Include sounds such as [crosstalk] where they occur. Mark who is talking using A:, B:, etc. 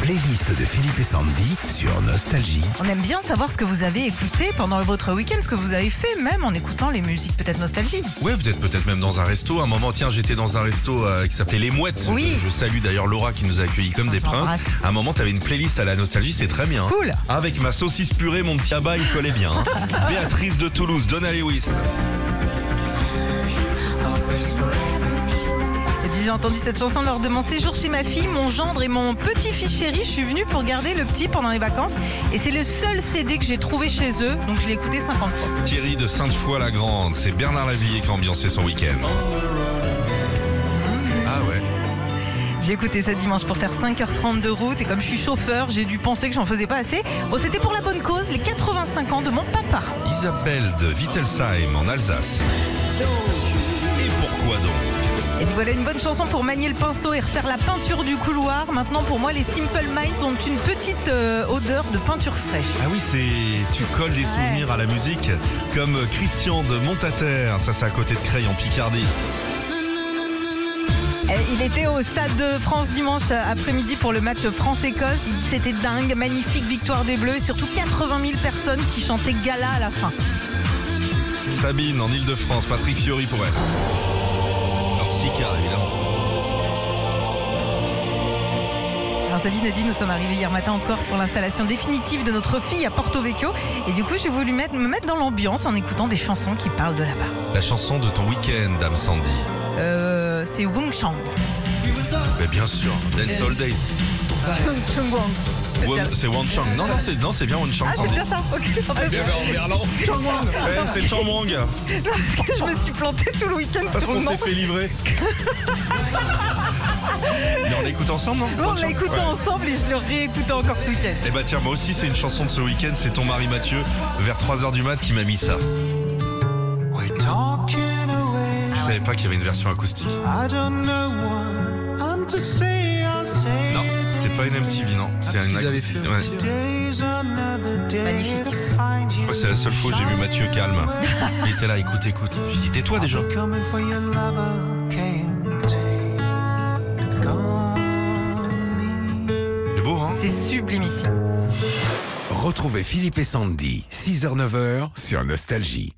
A: playlist de Philippe et Sandy sur Nostalgie.
B: On aime bien savoir ce que vous avez écouté pendant votre week-end, ce que vous avez fait même en écoutant les musiques, peut-être nostalgie.
C: Ouais, vous êtes peut-être même dans un resto. À un moment, tiens, j'étais dans un resto euh, qui s'appelait Les Mouettes.
B: Oui.
C: Je, je salue d'ailleurs Laura qui nous a accueillis comme
B: On
C: des princes.
B: t'embrasse.
C: À un moment, t'avais une playlist à la nostalgie, c'était très bien.
B: Cool.
C: Avec ma saucisse purée, mon petit abat, il collait
B: [laughs]
C: bien. hein. Béatrice de Toulouse, Donna Lewis.
B: Elle dit, J'ai entendu cette chanson lors de mon séjour chez ma fille, mon gendre et mon petit-fils chéri. Je suis venue pour garder le petit pendant les vacances et c'est le seul CD que j'ai trouvé chez eux, donc je l'ai écouté 50 fois.
C: Thierry de Sainte-Foy-la-Grande. C'est Bernard Lavillier qui a ambiancé son week-end. Ah ouais.
B: J'ai écouté ça dimanche pour faire 5h30 de route et comme je suis chauffeur, j'ai dû penser que j'en faisais pas assez. Bon, c'était pour la bonne cause, les 85 ans de mon papa.
C: Isabelle de Wittelsheim en Alsace. Et pourquoi donc
B: Et puis voilà une bonne chanson pour manier le pinceau et refaire la peinture du couloir. Maintenant, pour moi, les Simple Minds ont une petite euh, odeur de peinture fraîche.
C: Ah oui, c'est tu colles des souvenirs à la musique comme Christian de Montataire, ça c'est à côté de Creil en Picardie.
B: Eh, Il était au Stade de France dimanche après-midi pour le match France-Écosse. Il dit c'était dingue, magnifique victoire des Bleus et surtout 80 000 personnes qui chantaient gala à la fin.
C: Sabine en Île-de-France, Patrick Fiori pour elle. Alors Sika évidemment.
B: Alors Sabine a dit nous sommes arrivés hier matin en Corse pour l'installation définitive de notre fille à Porto Vecchio. Et du coup, j'ai voulu mettre- me mettre dans l'ambiance en écoutant des chansons qui parlent de là-bas.
C: La chanson de ton week-end, Dame Sandy.
B: Euh, c'est Wung Chang.
C: Mais bien sûr, Dance All Days.
B: Chung Wang.
C: Won- C'est Wang Chang. Non, non, c'est non, c'est bien Wang Chang.
B: Ah, c'est
C: Sandy.
B: bien ça, ok. En fait,
C: Eh, c'est Chang Wang. De toute
B: Non, parce que [laughs] je me suis plantée tout le week-end sur
C: façon,
B: le
C: on s'est
B: nom.
C: fait
B: [laughs]
C: livrer. Mais on l'écoute ensemble, non
B: Non, on
C: Wang
B: l'a
C: Chang
B: écouté
C: Ouais.
B: ensemble et je le réécoute encore ce week-end.
C: Eh bah tiens, moi aussi c'est une chanson de ce week-end, c'est ton mari Mathieu, vers 3h du mat, qui m'a mis ça.
D: We're talking away.
C: Je savais pas qu'il y avait une version acoustique.
D: I don't know what I'm to say. I'll say
C: Non, c'est pas une MTV, non. C'est une acoustique. Ouais.
D: Days another day
B: Magnifique.
D: to find you.
C: Ouais, c'est la seule fois où j'ai vu Mathieu calme. Il était là, écoute, écoute. Je dis, tais-toi [laughs] déjà.
D: Coming for your lover can't take. Go on.
C: C'est beau, hein
B: C'est sublimissime.
A: Retrouvez Philippe et Sandy, 6h-9h sur Nostalgie.